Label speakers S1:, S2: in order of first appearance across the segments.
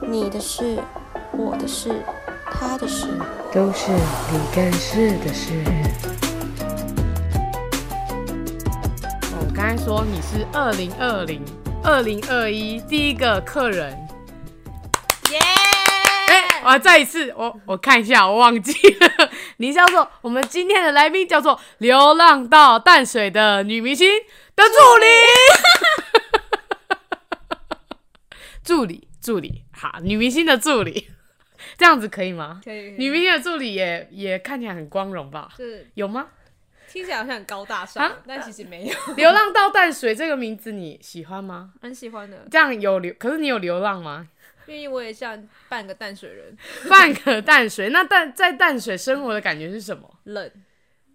S1: 你的事、我的事、他的事。
S2: 都是你干事的事。
S3: 我刚才说你是二零二零、二零二一第一个客人，
S1: 耶、
S3: 哎、我再一次，我我看一下，我忘记了。 你叫做我们今天的来宾叫做流浪到淡水的女明星的助理，助理助理，好，女明星的助理，这样子可以吗？
S4: 可以，可以
S3: 女明星的助理也也看起来很光荣吧？
S4: 就是
S3: 有吗？
S4: 听起来好像很高大
S3: 啊
S4: 上，但其实没 有，
S3: 流浪到淡水这个名字你喜欢吗？
S4: 蛮喜欢的。
S3: 这样有流，可是你有流浪吗？
S4: 愿意我也像半个淡水人，
S3: 半个淡水，那淡在淡水生活的感觉是什么？
S4: 冷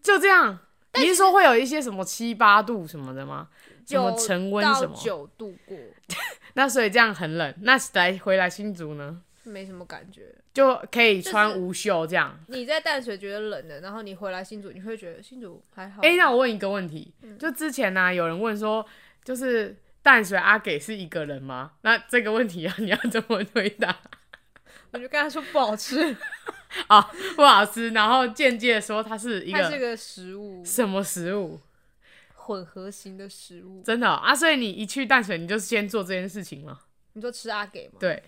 S3: 就这样。你是说会有一些什么七八度什么的吗？什么
S4: 九
S3: 常温
S4: 到
S3: 什么？
S4: 九度过，
S3: 那所以这样很冷。那来回来新竹呢，
S4: 没什么感觉。
S3: 就可以
S4: 就
S3: 穿
S4: 是
S3: 无袖这样。
S4: 你在淡水觉得冷的，然后你回来新竹，你会觉得新竹还好。
S3: 哎、那我问一个问题，就之前呢、有人问说，就是淡水阿给是一个人吗？那这个问题啊，你要怎么回答？
S4: 我就跟他说不好吃，
S3: 啊，不好吃，然后间接地说它是 一
S4: 它是
S3: 个
S4: 个食物，
S3: 什么食物？
S4: 混合型的食物。
S3: 真的哦、啊，所以你一去淡水，你就先做这件事情吗？
S4: 你说吃阿给吗？
S3: 对，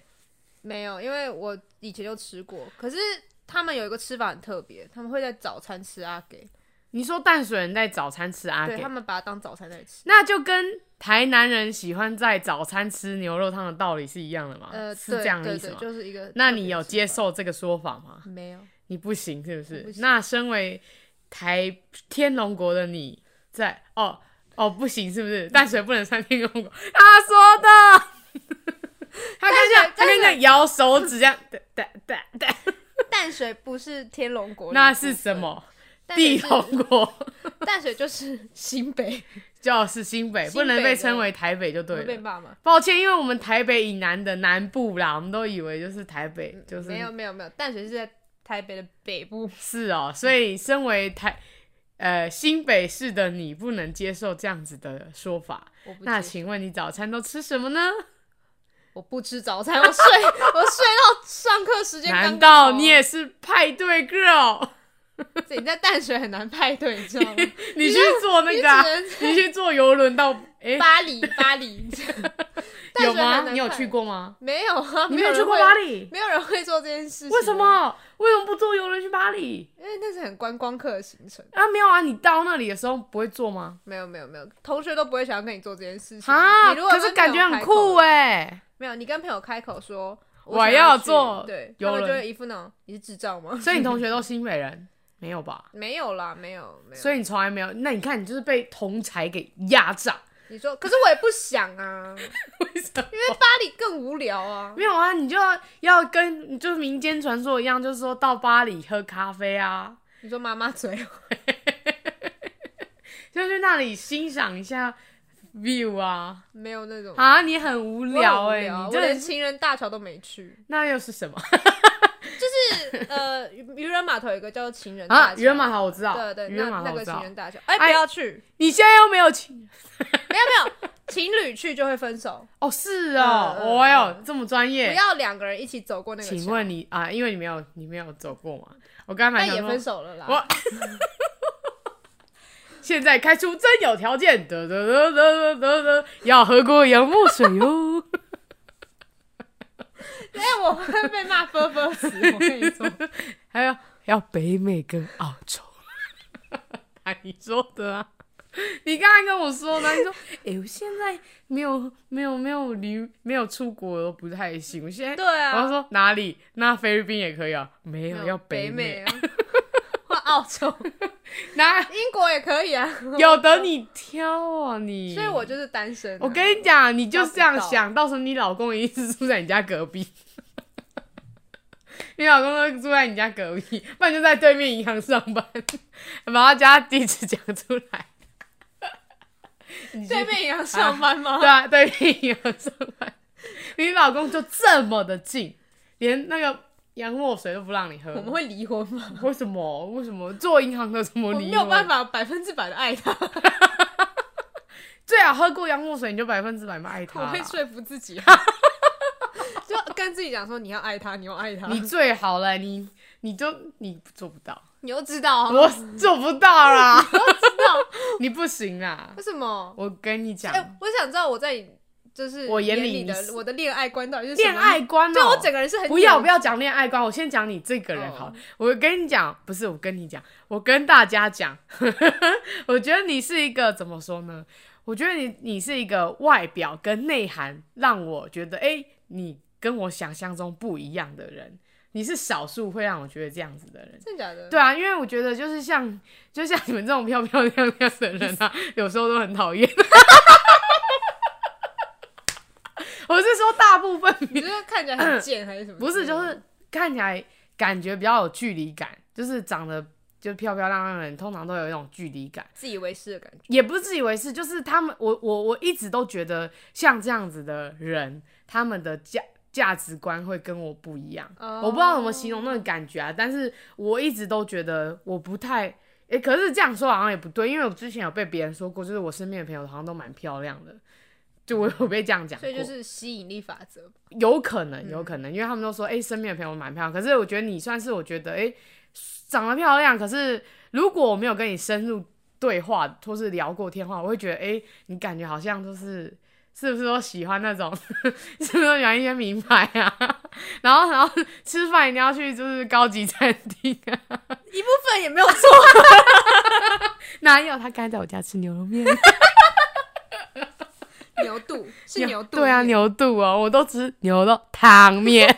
S4: 没有，因为我以前就吃过，可是他们有一个吃法很特别，他们会在早餐吃阿给，
S3: 你说淡水人在早餐吃阿
S4: 对
S3: 给
S4: 他，们把它当早餐在吃。
S3: 那就跟台南人喜欢在早餐吃牛肉汤的道理是一样的嘛？
S4: 呃，
S3: 是这
S4: 对
S3: 样的
S4: 对
S3: 意思
S4: 对
S3: 吗？
S4: 就是一个。
S3: 那你有接？受这个说法吗？
S4: 没有，
S3: 你不行是不是？
S4: 我不行
S3: 那身为台天龙国的你在哦哦不行是不
S4: 嗯
S3: 是？淡水不能算天龙国，他说的。他跟像
S4: 淡水
S3: 他跟
S4: 淡
S3: 像摇手指这样，哒哒哒哒，
S4: 淡水不是天龙国，
S3: 那是什？ 么？
S4: 淡水
S3: 地
S4: 是
S3: 龙国
S4: 淡水就是新北，
S3: 就是新北，不
S4: 新
S3: 能
S4: 北
S3: 被
S4: 的
S3: 称为台北就
S4: 会
S3: 对啊
S4: 被
S3: 了。
S4: 骂吗？
S3: 抱歉，因为我们台北以南的南部啦，我们都以为就是台北，就是
S4: 嗯没有没有没有，淡水是在台北的北部，
S3: 是哦，所以身为台呃新北市的你，不能接受这样子的说法。
S4: 我不
S3: 那
S4: 吃
S3: 请问你早餐都吃什么呢？
S4: 我不吃早餐，我睡 我睡到上课时间刚好。
S3: 难道你也是派对 girl？
S4: 你在淡水很难派对，你 知道吗？
S3: 你去坐那个啊、
S4: 你只
S3: 你去坐游轮 到诶，
S4: 巴黎，巴黎，淡
S3: 有
S4: 水很
S3: 吗？
S4: 难
S3: 你有
S4: 派
S3: 去？过吗？
S4: 没有啊，
S3: 你
S4: 有
S3: 有
S4: 人
S3: 去过
S4: 会
S3: 巴？黎？
S4: 没有人会做这件事情。啊
S3: 为什？么？为什么不坐游轮去巴黎？
S4: 因为那是很观光客的行程。
S3: 啊，没有啊，你到那里的时候不会坐吗？
S4: 没有没有没有，同学都不会想要跟你做这件事情。
S3: 啊，
S4: 你如果
S3: 可是
S4: 跟朋
S3: 感
S4: 友
S3: 觉很
S4: 开
S3: 酷
S4: 口
S3: 哎、
S4: 没有，你跟朋友开口说
S3: 我
S4: 想
S3: 要
S4: 去
S3: 坐
S4: 对，
S3: 游
S4: 他们就
S3: 轮
S4: 会一副那种你是智障吗？
S3: 所以你同学都新北人，没有吧？
S4: 没有啦，没有没有。
S3: 所
S4: 以
S3: 以你从来没有，那你看你就是被同才给压榨，
S4: 你说，可是我也不想啊，
S3: 为什么？
S4: 因 为巴黎更无聊啊。
S3: 没有啊，你就要要跟就是民间传说一样，就是说到巴黎喝咖啡啊，
S4: 你说妈妈嘴哦，
S3: 就去那里欣赏一下 view 啊
S4: 没有那种。
S3: 啊，你很无
S4: 我很
S3: 聊
S4: 无
S3: 哎、
S4: 聊
S3: 你
S4: 我
S3: 这
S4: 连
S3: 人
S4: 情人大桥都没 去。
S3: 那又是 什么
S4: 就是呃，渔渔人码头有一个叫做情人大
S3: 啊？
S4: 桥
S3: 渔人码头我知道，
S4: 对对，
S3: 渔人
S4: 那
S3: 码
S4: 那
S3: 头我知
S4: 个情
S3: 道
S4: 人，大桥，哎，
S3: 哎
S4: 不要去，
S3: 你现在又没有情
S4: 没有没有，情侣去就会分 手，
S3: 哦，是哦，
S4: 嗯嗯
S3: 哦哟，
S4: 嗯
S3: 这么专
S4: 不
S3: 业，
S4: 要两个人一起走过那个桥。
S3: 请问你啊，因为你没有你没有走过嘛，我刚才
S4: 但
S3: 蛮
S4: 也
S3: 想
S4: 分
S3: 说，
S4: 手了啦，
S3: 我现在开出真有条件，得得得得得得得，要喝过洋墨水哦哟。
S4: 哎，我会被骂分分死，我跟你 说，
S3: 还有要北美跟澳洲， 啊，你说的啊？你刚才跟我说的啊，你说，哎、我现在没有没有没有旅没有出国都不太行，我现在，
S4: 对
S3: 然后
S4: 啊，
S3: 说哪里？那菲律宾也可以啊，没有
S4: 没有
S3: 要
S4: 北
S3: 美，
S4: 啊， 或澳洲、
S3: 那
S4: 英国也可以啊，
S3: 有的你挑啊你，
S4: 所以我就是单身啊。
S3: 我跟你讲，你就是这样
S4: 抓不到
S3: 想，到时候你老公一定是住在你家隔壁。 你老公都住在你家隔壁，不然就在对面银行上班，把他家地址讲出来。
S4: 对面也要上班吗
S3: 对？啊，对面银行上班， 你老公就这么的近，连那个洋墨水都不让你喝。
S4: 我们会离婚吗？
S3: 为什么？为什么做银行的怎么
S4: 我
S3: 离？
S4: 没有办，法百分之百的爱他，
S3: 最好喝过洋墨水，你就百分之百嘛爱他
S4: 我
S3: 啦。
S4: 啊会说服自己，就跟跟自己讲说你要爱他，你要爱他，
S3: 你最好了，你你都你做不到，
S4: 你又知道啊
S3: 我做不到啦，知道你不行啦，
S4: 为什么？
S3: 我跟你讲
S4: 哎、，我想知道我在你就是
S3: 我眼
S4: 眼
S3: 里
S4: 里
S3: 你
S4: 的
S3: 是
S4: 我的恋爱观到底是什么
S3: 恋爱，观
S4: 对
S3: 哦，
S4: 我整个人是很
S3: 不要不
S4: 要，
S3: 要讲恋爱观，我先讲你这个人好了。
S4: 哦
S3: 我跟你讲，不是我跟你讲，我跟大家讲， 我觉得你是一个怎么说呢？我觉得你你是一个外表跟内涵让我觉得，哎、你跟我想象中不一样的人，你是少数会让我觉得这样子的人。
S4: 真的假的？
S3: 对啊，因为我觉得就是像就像你们这种漂漂亮亮的人啊，有时候都很讨厌。 我是说，大部分
S4: 你觉得看起来很贱还是什么？
S3: 不是，就是看起来感觉比较有距离感，就是长得就漂漂亮亮的人，通常都有一种距离感，
S4: 自以为是的感觉。
S3: 也不是自以为是，就是他们，我我我一直都觉得像这样子的人，他们的价价值观会跟我不一样。
S4: 哦
S3: 我不知道怎么形容那个感觉啊，但是我一直都觉得我不太，诶、可是这样说好像也不对，因为我之前有被别人说过，就是我身边的朋友好像都蛮漂亮的，就我有被这样讲过，
S4: 嗯所以就是吸引力法则，
S3: 有可能，有可能，因为他们都说，哎、身边的朋友蛮漂亮，可是我觉得你算是我觉得，哎、长得漂亮，可是如果我没有跟你深入对话或是聊过天的话，我会觉得，哎、你感觉好像就是是不是都喜欢那种， 是不是都喜欢一些名牌啊？ 然后，然后吃饭一定要去就是高级餐厅啊？
S4: 一部分也没有错。
S3: 哪有？他刚才在我家吃牛肉面，
S4: 牛肚是牛肚，
S3: 对啊，牛肚哦，我都吃牛肉汤面。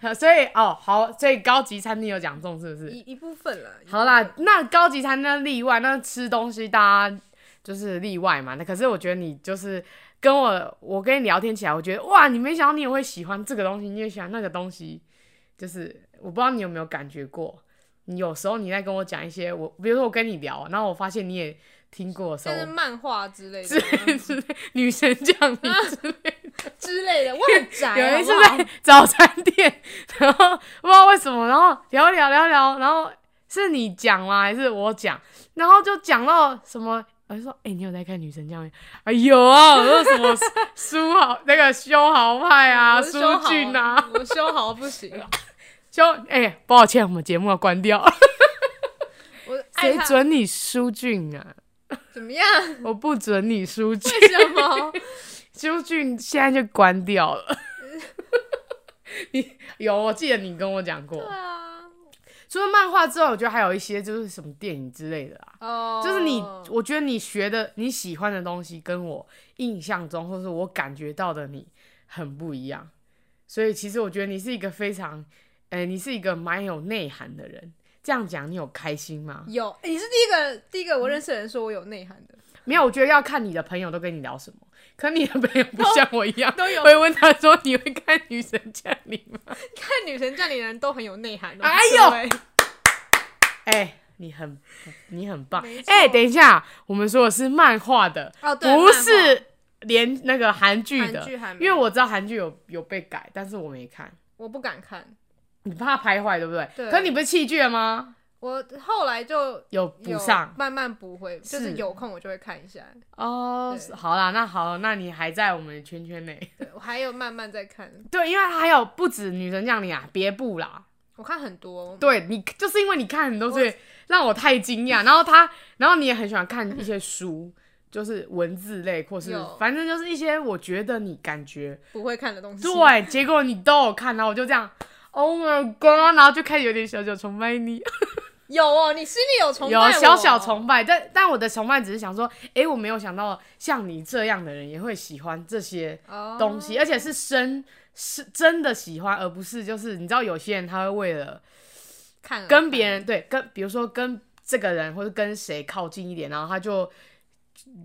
S3: 好 所以哦，好，所以高级餐厅有讲中是不
S4: 一
S3: 是？
S4: 一部分啦。
S3: 好啦，那高级餐厅例外，那吃东西大家就是例外嘛。那可是我觉得你就是跟我，我跟你聊天起来，我觉得哇，你没想到你也会喜欢这个东西，你也喜欢那个东西，就是我不知道你有没有感觉过。你有时候你在跟我讲一些我，比如说我跟你聊，然后我发现你也听过的时候
S4: 像，是漫画之类
S3: 之
S4: 的
S3: 类之类，女神降临之 类的。
S4: 之类的，我很 宅。
S3: 有一次
S4: 好不好
S3: 在 早餐店，然后不知道为什么，然后聊一聊聊一聊，然后是你讲吗？还是我讲？然后就讲到什么？我就说，哎、你有在看《女神降临》啊？有啊，我说什么书豪那个修豪派啊，
S4: 我
S3: 苏
S4: 是修好
S3: 俊啊，，
S4: 我修好不行，
S3: 修哎、抱歉，我们节目要关掉，
S4: 我爱
S3: 谁
S4: 他
S3: 准你苏俊啊？
S4: 怎么样？
S3: 我不准你苏俊，
S4: 为什 么？
S3: 苏俊现在就关掉了。 你有，我记得你跟我讲过
S4: 对。啊，
S3: 除了漫画之外，我觉得还有一些就是什么电影之类的啊。
S4: 哦，
S3: 就是你，我觉得你学的、你喜欢的东西，跟我印象中或是我感觉到的你很不一样。所以其实我觉得你是一个非常，哎、你是一个蛮有内涵的人。这样讲，你有开心吗？
S4: 有，欸你是第一个第一个我认识的人说我有内涵的，
S3: 没有，我觉得要看你的朋友都跟你聊什么。可你的朋友不像我一样，
S4: 都有
S3: 我会问他说：“你会看《女神降临》吗
S4: 看女神降临的人都很有内涵。
S3: 哎
S4: 各位，
S3: 哎、你很你很棒。
S4: 没错
S3: 哎、等一下，我们说的是漫画的，
S4: 哦对
S3: 不是连那个韩剧的
S4: 韩剧还，没
S3: 因为我知道韩剧有有被改，但是我没看。
S4: 我不敢看，
S3: 你怕拍坏，对不对？
S4: 对
S3: 可你不是弃剧了吗？
S4: 我后来就
S3: 有补上
S4: 有慢慢补回，就是
S3: 是
S4: 有空我就会看一下。
S3: 哦
S4: 对
S3: 好啦，那好，那你还在我们的圈圈内。
S4: 对我还有慢慢在看，
S3: 对，因为还有不止《女神降临》啊，别部啦。
S4: 我看很多，
S3: 对你就是因为你看很多，所以让我太惊讶。然后他，然后你也很喜欢看一些书，就是文字类，或是
S4: 有
S3: 反正就是一些我觉得你感觉
S4: 不会看的东西。
S3: 对，结果你都有看，然后我就这样，Oh my god，然后就开始有点小小崇拜你，
S4: 有哦，你心里有崇拜
S3: 有
S4: 我
S3: 小小崇拜，但但我的崇拜只是想说，诶、我没有想到像你这样的人也会喜欢这些
S4: 哦
S3: 东西，而且是深是真的喜欢，而不是就是你知道有些人他会为了。
S4: 看了
S3: 跟别人对跟，比如说跟这个人或者跟谁靠近一点，然后他就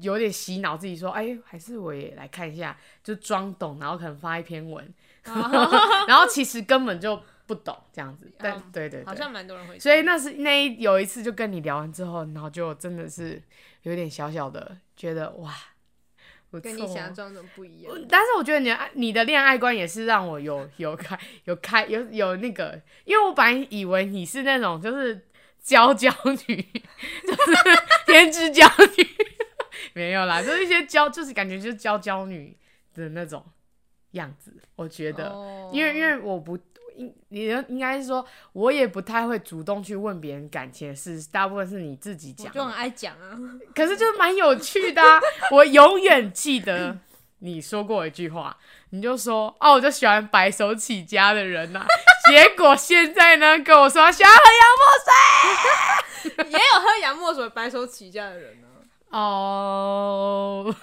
S3: 有点洗脑自己说，哎，还是我也来看一下，就装懂，然后可能发一篇文，
S4: 哦
S3: 然后其实根本就不懂这样子。但
S4: 嗯
S3: 对对对，
S4: 好像蛮多人会，
S3: 所以那是那一有一次就跟你聊完之后，然后就真的是有点小小的觉得哇，不
S4: 跟你
S3: 错
S4: 想
S3: 哦
S4: 象中的不一样。
S3: 但是我觉得你的爱你的恋爱观也是让我有有开有开有有那个，因为我本来以为你是那种 就是娇娇女，就是天之娇女，没有啦，就是一些娇，就是感觉就是娇娇女的那种样子，我觉得，
S4: 哦
S3: 因为因为我不。应你应该是说，我也不太会主动去问别人感情的事，大部分是你自己
S4: 我
S3: 讲。
S4: 就很爱讲 啊，
S3: 可是就蛮有趣的、啊， 我永远记得你说过一句话，你就说哦，我就喜欢白手起家的人呐、结果现在呢，跟我说他喜欢喝洋
S4: 也有喝洋墨水白手起家的人啊，
S3: 墨水哦。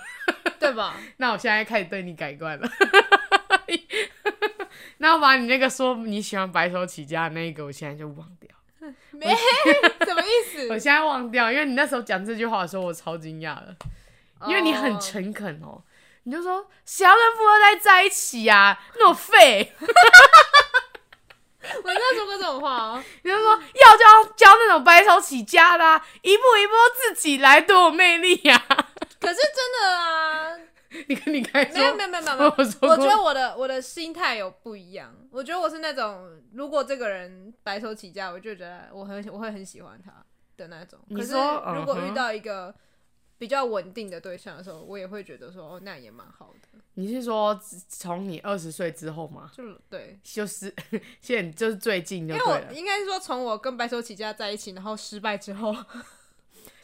S4: 对吧？
S3: 那我现在开始对你改观了。 那我把你那个说你喜欢白手起家的那一个，我现在就忘掉。
S4: 没，什么意思？
S3: 我现在忘掉，因为你那时候讲这句话的时候，我超惊讶的，因为你很
S4: 哦
S3: 诚恳哦，你就说谁要跟富二代在一起啊，那么废，
S4: 我没有说过这种话哦。
S3: 你就说要就要教那种白手起家的、啊，一步一步自己来，多有魅力呀、啊！
S4: 可是真的啊，
S3: 你看你刚才
S4: 没有
S3: 说
S4: 没有没有没有，
S3: 我说过
S4: 我觉得我的我的心态有不一样。我觉得我是那种，如果这个人白手起家，我就觉得我很我会很喜欢他的那种。
S3: 你
S4: 可是
S3: 说
S4: 如果
S3: 嗯哼
S4: 遇到一个比较稳定的对象的时候，我也会觉得说，哦，那也蛮好的。
S3: 你是说自从你二十岁之后吗？
S4: 就对，
S3: 就是 现在就是最近就
S4: 因为
S3: 对
S4: 我
S3: 了，
S4: 应该是说，从我跟白手起家在一起，然后失败之后，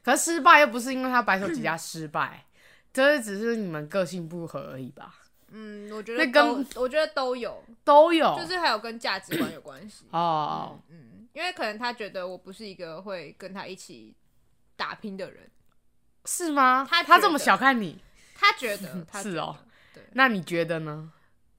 S3: 可是失败又不是因为他白手起家失败，这只是你们个性不合而已吧？
S4: 嗯，我觉得
S3: 那
S4: 都
S3: 跟哦
S4: 我觉得都有，
S3: 都有，
S4: 就是还有跟价值观有关系。
S3: 哦，
S4: 嗯，因为可能他觉得我不是一个会跟他一起打拼的人，
S3: 是吗？
S4: 他
S3: 他
S4: 觉
S3: 这么
S4: 得
S3: 小看你，
S4: 他 觉得他
S3: 是
S4: 觉
S3: 哦
S4: 得。
S3: 那你觉得呢？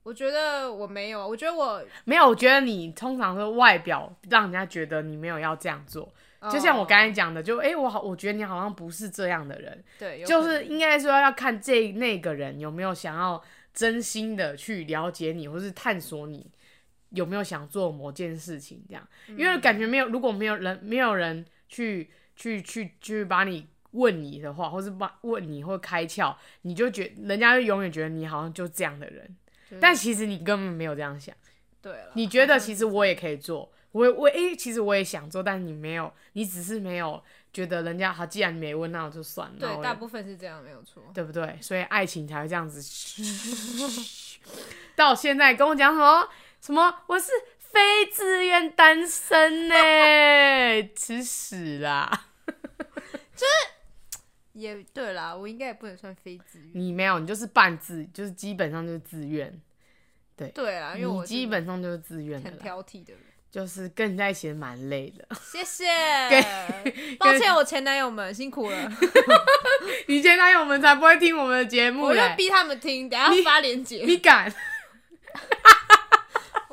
S4: 我觉得我没有，啊，我觉得我、
S3: 没有，我觉得你通常是外表让人家觉得你没有要这样做， 就像我刚才
S4: 哦
S3: 讲的，就诶，我好，我觉得你好像不是这样的人，
S4: 对，有
S3: 就
S4: 可能
S3: 是应该说要看这那个人有没有想要真心的去了解你，或是探索你有没有想做某件事情这样，因为
S4: 嗯
S3: 感觉没有，如果没有人没有人去去去去把你问你的话，或是把问你或开窍，你就觉人家就永远觉得你好像就这样的人，
S4: 就是
S3: 但其实你根本没有这样想。
S4: 对了，
S3: 你觉得其实我也可以做，我我诶、其实我也想做，但你没有，你只是没有觉得人家好，既然你没问，那我就算了，那
S4: 对
S3: 我
S4: 大
S3: 也
S4: 部分是这样，没有错。
S3: 对不对？所以爱情才会这样子。到现在跟我讲什么什么，我是非自愿单身呢、吃屎啦！
S4: 也对啦，我应该也不能算非自愿。
S3: 你没有，你就是半自，就是基本上就是自愿，
S4: 对啦，因
S3: 你
S4: 为我
S3: 基
S4: 是
S3: 本上就是自愿的
S4: 很
S3: 啦，
S4: 挑剔的人。
S3: 就是跟人在一起蛮累的。
S4: 谢谢， 抱歉，我前男友们辛苦 了，
S3: 你前男友们才不会听我们的节目
S4: 我就
S3: 嘞，
S4: 逼他们听，等一下发链接。
S3: 你敢？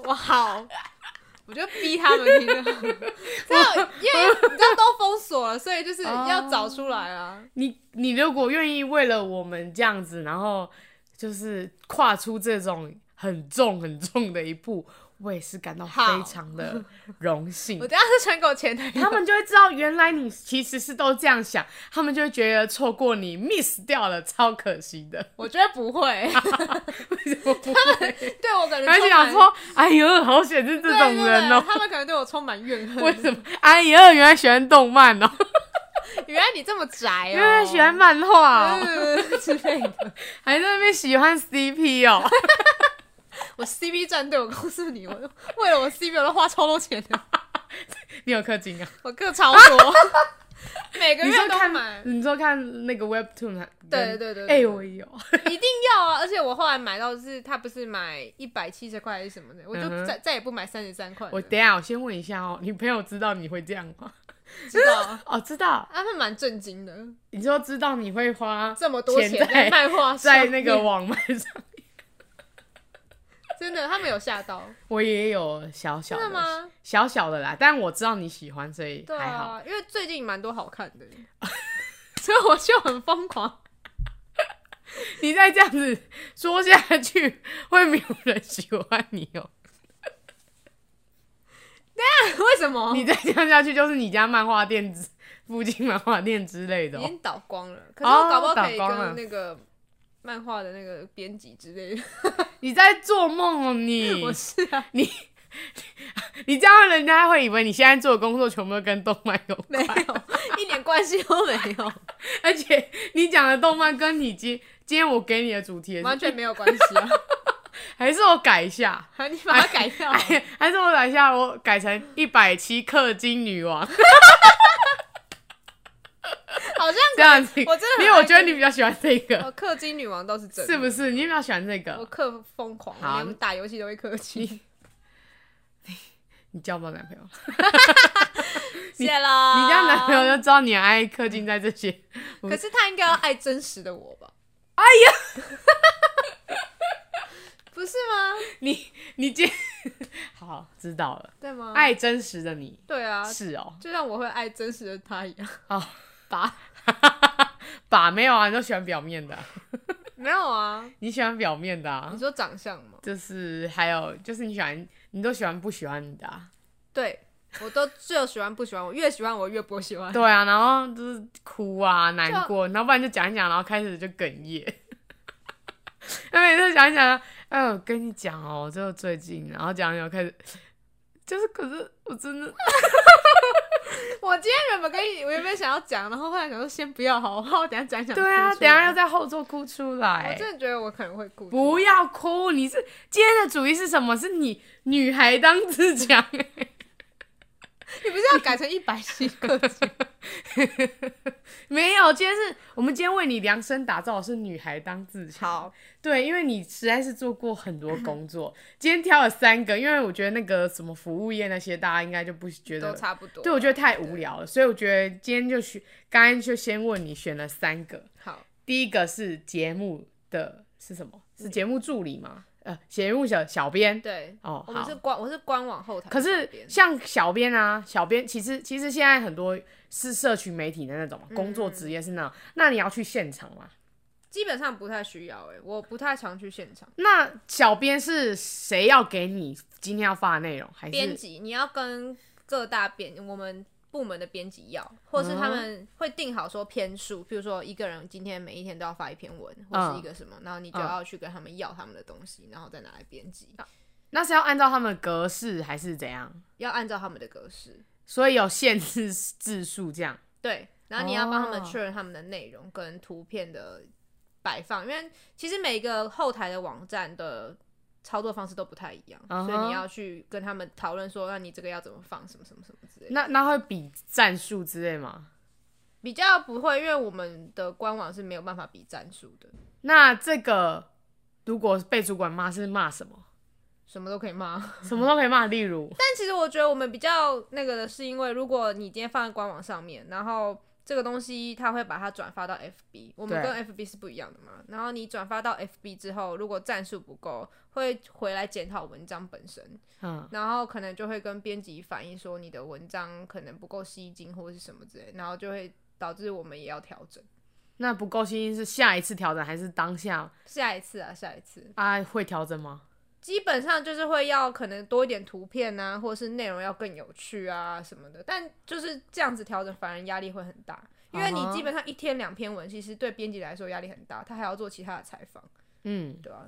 S4: 我好，我就逼他们听 就好了。这样因为你知道都封锁了，所以就是
S3: 哦
S4: 要找出来啊。
S3: 你你如果愿意为了我们这样子，然后就是跨出这种很重很重的一步，我也是感到
S4: 好
S3: 非常的荣幸
S4: 我。等一下是传给我前男友
S3: 他。们就会知道，原来你其实是都这样想，他们就会觉得错过你，miss 掉了，超可惜的。
S4: 我觉得不会，
S3: 为什么不会？
S4: 对我感觉
S3: 而且
S4: 充
S3: 想
S4: 满
S3: 说，哎呦，好险是这
S4: 对
S3: 种
S4: 对
S3: 人
S4: 对
S3: 哦、
S4: 他们可能对我充满怨恨。
S3: 为什么？哎呦，原来喜欢动漫哦、
S4: 原来你这么宅哦，
S3: 原来喜欢漫画哦、
S4: 嗯 之类的。
S3: 还在那边喜欢 CP 哦、
S4: 我 CP 战队，我告诉你，我为了我 CP 我都花超多钱的，
S3: 你有氪金啊？
S4: 我各 超多，每个
S3: 你说
S4: 月都
S3: 看
S4: 买，，
S3: 你说看那个 Webtoon 还
S4: 对对对对
S3: 哎、
S4: 对
S3: 我也有，
S4: 一定要啊！而且我后来买到的是，他不是买一百七十块还是什么的，我就
S3: 嗯哼
S4: 再再也不买三十三块的。
S3: 我等一下我先问一下哦，你朋友知道你会这样吗？
S4: 知道啊，
S3: 哦，知道，
S4: 他们蛮震惊的，
S3: 你说知道你会花
S4: 这么多钱在
S3: 在
S4: 卖画上
S3: 在
S4: 面，
S3: 那个网卖上，
S4: 真的，他们有吓到，
S3: 我也有小小
S4: 真的
S3: 的
S4: 吗？
S3: 小小的啦，但我知道你喜欢，所以
S4: 对
S3: 还好。
S4: 啊，因为最近蛮多好看的， 所以我就很疯狂。
S3: 你再这样子说下去，会没有人喜欢你哦。
S4: 为什么？
S3: 你再这样下去，就是你家漫画店之附近漫画店之类的、
S4: 已
S3: 哦。
S4: 经倒光了，可是我搞不好
S3: 倒
S4: 可以
S3: 光了
S4: 跟那个漫画的那个编辑之 类的。
S3: 你在做梦哦，你
S4: 我是啊，
S3: 你这样人家会以为你现在做的工作全部都跟动漫有关。
S4: 没有一点关系都没有。
S3: 而且你讲的动漫跟你今今天我给你的主题也是
S4: 完全没有关系啊！
S3: 还是我改一下，
S4: 好你把它改 掉，
S3: 哎还是我改一下，我改成一百七氪金女 王
S4: 好像
S3: 这样子，
S4: 我真的
S3: 因
S4: 很
S3: 为我
S4: 爱
S3: 觉得你比较喜欢这
S4: 我
S3: 个，
S4: 氪金女王倒是真的，
S3: 是不是？你比较喜欢这
S4: 我
S3: 个，
S4: 氪疯狂，
S3: 好
S4: 我连打游戏都会氪金。
S3: 你交不到男朋友，
S4: 谢啦，
S3: 你交男朋友就知道你爱氪金在这些。
S4: 可是他应该要爱真实的我吧？哎 呀，不是吗？
S3: 你你今 好知道了，
S4: 对吗？
S3: 爱真实的你
S4: 对嗯啊，
S3: 是哦，
S4: 就像我会爱真实的他一样。
S3: 哦，把把没有啊，你都喜欢表面的啊、
S4: 没有啊，
S3: 你喜欢表面的、啊
S4: 你，说长相吗？
S3: 就是还有就是你喜欢，你都喜欢不喜欢你的、啊，
S4: 对我都只有喜欢不喜欢，我越喜欢我越不喜欢。
S3: 对啊，然后就是哭啊难过，然后不然就讲一讲，然后开始就哽咽。 那每次讲一讲，哎，我跟你讲哦，就最近，然后讲一讲开始，就是可是我真的
S4: 我今天原本跟你，我原本想要讲，然后后来想说先不要好，我怕我等一下讲一讲。
S3: 对啊，等一下要。在后座哭出来
S4: 我。真的觉得我可能会哭。
S3: 不要哭，你是今天的主意是什么？是你女孩当自强，
S4: 你不是要改成一百七个 字？
S3: 没有，今天是我们今天为你量身打造的是女孩当自强。
S4: 好，
S3: 对，因为你实在是做过很多工作， 今天挑了三个，因为我觉得那个什么服务业那些，大家应该就不觉
S4: 都
S3: 得，
S4: 差不多。
S3: 对我觉得太无聊了，所以我觉得今天就选，刚刚就先问你选了三个，
S4: 好，
S3: 第一个是节目的是什么？是节目助理吗？呃，节目小小编。
S4: 对，
S3: 哦，
S4: 我
S3: 好
S4: 们是官，我是官网后台
S3: 可
S4: 的小
S3: 是
S4: 编。
S3: 像小编啊，小编其实其实现在很多是社群媒体的那种
S4: 嗯
S3: 嘛工作职业是那种，那你要去现场嘛？
S4: 基本上不太需要、欸，我不太常去现场。
S3: 那小编是谁要给你今天要发的内容？还
S4: 编
S3: 是
S4: 辑你要跟各大编我们部门的编辑要，或是他
S3: 嗯
S4: 们会定好说篇数，比如说一个人今天每一天都要发一篇文，或
S3: 嗯
S4: 是一个什么，然后你就
S3: 嗯
S4: 要去跟他们要他们的东西，然后再拿来编辑，
S3: 那是要按照他们的格式还是怎样？
S4: 要按照他们的格式。
S3: 所以有限制字数这样。
S4: 对，然后你要帮他们
S3: 哦
S4: 确认他们的内容跟图片的摆放，因为其实每个后台的网站的操作方式都不太一样
S3: 嗯哼
S4: 所以你要去跟他们讨论说，那你这个要怎么放，什么什么什么之类的。
S3: 那那会比战术之类吗？
S4: 比较不会，因为我们的官网是没有办法比战术的，
S3: 那这个如果被主管骂是骂什 么？
S4: 什么都可以骂。
S3: 什么都可以骂，例如
S4: 但其实我觉得我们比较那个的是，因为如果你今天放在官网上面，然后这个东西它会把它转发到 FB，我们
S3: 对
S4: 跟 FB 是不一样的嘛。然后你转发到 FB 之后，如果战术不够，会回来检讨文章本身，
S3: 嗯，
S4: 然后可能就会跟编辑反映说你的文章可能不够吸睛或是什么之类，然后就会导致我们也要调整。
S3: 那不够新是下一次调整还是当下
S4: 下一次啊，下一次。
S3: 啊？会调整吗？
S4: 基本上就是会要可能多一点图片啊，或者是内容要更有趣啊什么的，但就是这样子调整，反而压力会很大，因为
S3: 啊
S4: 你
S3: 哈
S4: 基本上一天两篇文，其实对编辑来说压力很大，他还要做其他的采访，
S3: 嗯，
S4: 对啊？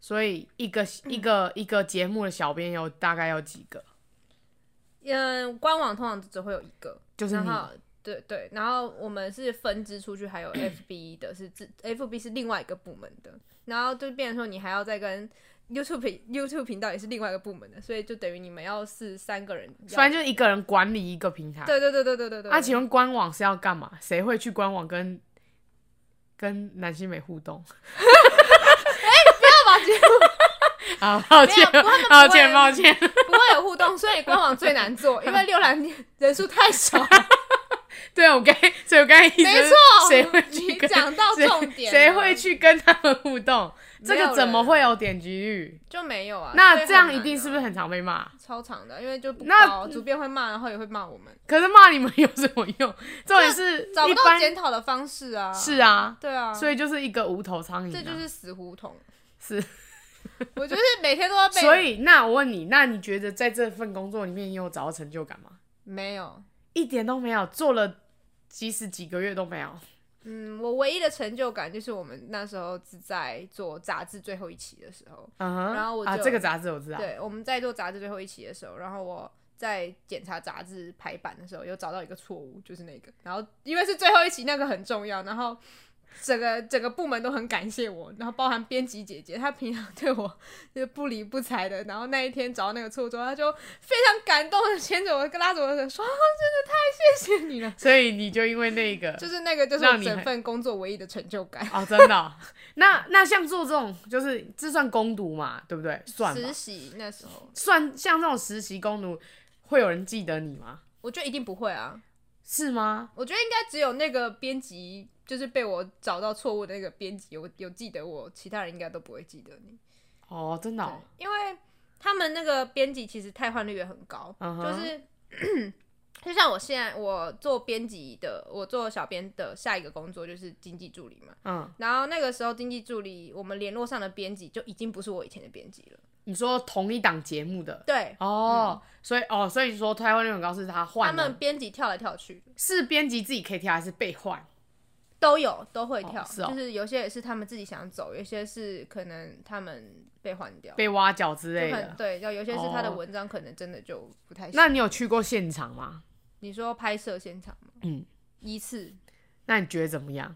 S3: 所以一个一个一个节目的小编有大概有几个？
S4: 嗯，官网通常只会有一个，
S3: 就是
S4: 然
S3: 你
S4: 后对对，然后我们是分支出去，还有
S3: 嗯
S4: FB 的是自 FB 是另外一个部门的，然后就变成说你还要再跟 YouTube 频 YouTube 频道也是另外一个部门的，所以就等于你们要是三个人要，
S3: 反正啊就是一个人管理一个平台。
S4: 对对对对对对对，
S3: 那、请问官网是要干嘛？谁会去官网跟跟南新美互动？ 哎、不要把节目。
S4: 没有不他们不
S3: 好，抱歉，
S4: 会
S3: 抱歉， 抱歉。
S4: 不会有互动，所以官网最难做，因为浏览人数太少。
S3: 对，我刚才，所以我刚才一直
S4: 没错，
S3: 谁会去
S4: 你
S3: 跟
S4: 讲到
S3: 谁
S4: 重点了，
S3: 谁会去跟他们互动？这
S4: 没有
S3: 个怎么
S4: 人
S3: 会有点击率？
S4: 就没有啊？所以
S3: 那
S4: 很
S3: 这样
S4: 难
S3: 一定是不是
S4: 啊
S3: 很常被骂？
S4: 超长的？因为就不
S3: 那
S4: 高，主编会骂，然后也会骂我们，
S3: 可是骂你们有什么用？ 重点是
S4: 找不
S3: 一
S4: 到
S3: 般
S4: 检讨的方式啊。
S3: 是，啊，
S4: 对啊，
S3: 所以就是一个无头苍蝇啊、
S4: 这就是死胡同。
S3: 是。
S4: 我就是每天都要被，
S3: 所以，那我问你，那你觉得在这份工作里面，你有找到成就感吗？
S4: 没有。
S3: 一点都没有，做了几十几个月都没有。
S4: 嗯，我唯一的成就感就是我们那时候是在做杂志最后一期的时候，
S3: 嗯哼，
S4: 然后我就
S3: 啊，这个杂志我知道，
S4: 对，我们在做杂志最后一期的时候，然后我在检查杂志排版的时候有找到一个错误，就是那个，然后因为是最后一期，那个很重要，然后。整个整个部门都很感谢我，然后包含编辑姐姐，她平常对我就是不理不睬的，然后那一天找到那个错误之后，她就非常感动的牵着我，拉着我的手说、啊真的太谢谢你了。”
S3: 所以你就因为那个，
S4: 就是那个，就是
S3: 让
S4: 我
S3: 你
S4: 整
S3: 很
S4: 份工作唯一的成就感。
S3: 哦，真的哦、那那像做这种，就是这算攻读嘛，对不对？算吧
S4: 实习那时候，
S3: 算像这种实习攻读，会有人记得你吗？
S4: 我觉得一定不会啊。
S3: 是吗？
S4: 我觉得应该只有那个编辑，就是被我找到错误的那个编辑，有有记得我，其他人应该都不会记得你。
S3: 哦，真的、哦，
S4: 因为他们那个编辑其实汰换率也很高
S3: 嗯哼
S4: 就是 就像我现在我做编辑的，我做小编的下一个工作就是经济助理嘛。
S3: 嗯，
S4: 然后那个时候经济助理，我们联络上的编辑就已经不是我以前的编辑了。
S3: 你说同一档节目的，
S4: 对，
S3: 哦，所以哦，所以你说台湾率很高是他
S4: 嗯他
S3: 换的，
S4: 们编辑跳来跳去，
S3: 是编辑自己可以跳还是被换？
S4: 都有都会跳，
S3: 哦是哦
S4: 就是有些也是他们自己想走，有些是可能他们被换掉，
S3: 被挖角之类
S4: 就很
S3: 的。
S4: 对，就有些是他的
S3: 哦
S4: 文章可能真的就不太行。
S3: 那你有去过现场吗？
S4: 你说拍摄现场吗？
S3: 嗯，
S4: 一次，
S3: 那你觉得怎么样？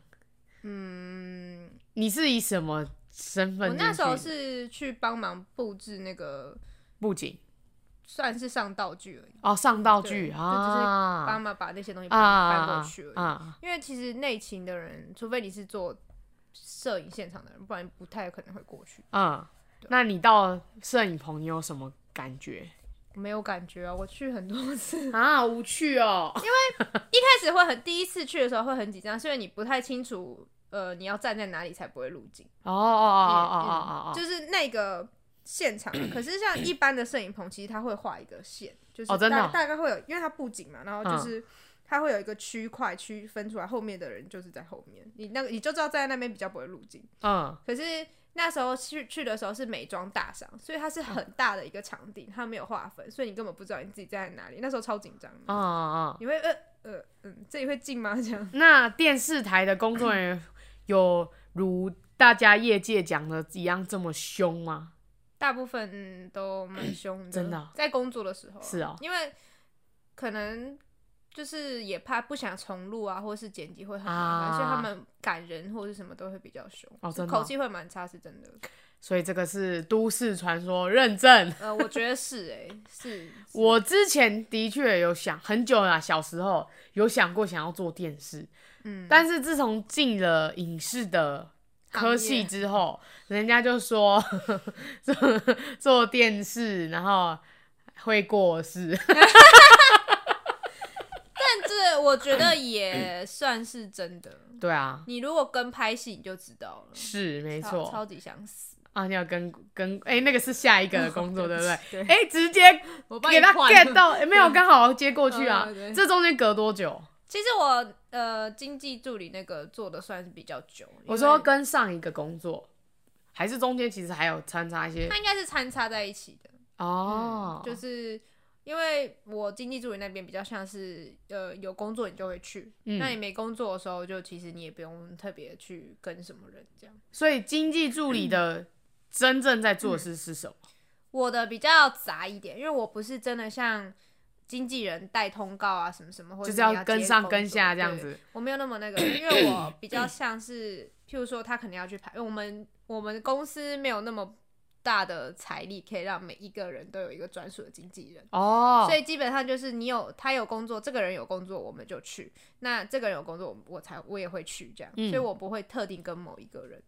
S4: 嗯，
S3: 你是以什么身
S4: 我
S3: 份进去的？
S4: 那时候是去帮忙布置那个，
S3: 布景
S4: 算是上道具而已，
S3: 哦，上道
S4: 对
S3: 具
S4: 就只是帮
S3: 啊
S4: 忙把那些东西
S3: 啊
S4: 搬搬
S3: 啊
S4: 过去而已。
S3: 啊！
S4: 因为其实内勤的人，除非你是做摄影现场的人，不然不太可能会过去。
S3: 嗯，那你到摄影棚，你有什么感觉
S4: 没有感觉啊，我去很多次，
S3: 啊？无趣哦，
S4: 一开始会很第一次去的时候会很紧张，是因为你不太清楚，呃，你要站在哪里才不会入镜。
S3: 哦哦哦哦
S4: 嗯
S3: 哦哦哦，
S4: 就是那个现 场。可是像一般的摄影棚，其实它会画一个线，就是大、
S3: 哦真的哦
S4: 大概会有，因为它布景嘛，然后
S3: 嗯
S4: 就是。它会有一个区块区分出来，后面的人就是在后面，你那个你就知道站在那边比较不会入镜。
S3: 嗯，
S4: 可是那时候去去的时候是美妆大赏，所以它是很大的一个场地，它没有划分，所以你根本不知道你自己站在哪里。那时候超紧张的，
S3: 啊啊！嗯
S4: 你会呃呃嗯，这里会进吗？这样
S3: 那电视台的工作人员有如大家业界讲的一样这么凶吗？
S4: 大部分都蛮凶 的，
S3: 真的哦
S4: 在工作的时候啊
S3: 是哦
S4: 因为可能就是也怕不想重录啊，或是剪辑会很麻烦，
S3: 啊
S4: 所以他们赶人或是什么都会比较凶，
S3: 哦真的哦
S4: 口气会蛮差，是 真的。
S3: 所以这个是都市传说，认证。
S4: 呃，我觉得是哎、是
S3: 我之前的确有想很久了啊，小时候有想过想要做电视，
S4: 嗯，
S3: 但是自从进了影视的科系之后，人家就说 做做电视，然后会过世。
S4: 但这我觉得也算是 真的。
S3: 对啊，
S4: 你如果跟拍戏，你就知道了，
S3: 是没
S4: 超
S3: 错
S4: 超级想死。
S3: 啊，你要跟跟哎、那个是下一个的工作，对不 对？
S4: 对，
S3: 哎、直接
S4: 我帮你
S3: 给他
S4: 换
S3: get 到，诶没有刚好接过去啊
S4: 嗯对。对
S3: 这中间隔多久？
S4: 其实我呃经济助理那个做的算是比较久，因
S3: 我说
S4: 为
S3: 跟上一个工作，还是中间其实还有穿插一些
S4: 它应该是掺插在一起的。
S3: 哦，
S4: 嗯就是因为我经济助理那边比较像是，呃，有工作你就会去，
S3: 嗯
S4: 那你没工作的时候，就其实你也不用特别去跟什么人这样。
S3: 所以经济助理的真正在做的事是什么？
S4: 嗯我的比较杂一点，因为我不是真的像经纪人带通告啊什么什么，或者
S3: 就是
S4: 你
S3: 要
S4: 接
S3: 跟上
S4: 工
S3: 跟
S4: 作
S3: 下这样，
S4: 对
S3: 子。
S4: 我没有那么那个，因为我比较像是，譬如说他可能要去排，因为我们我们公司没有那么大的财力，可以让每一个人都有一个专属的经纪人。
S3: 哦，
S4: 所以基本上就是你有他有工作，这个人有工作我们就去，那这个人有工作我我才我也会去这样，
S3: 嗯
S4: 所以我不会特定跟某一个人。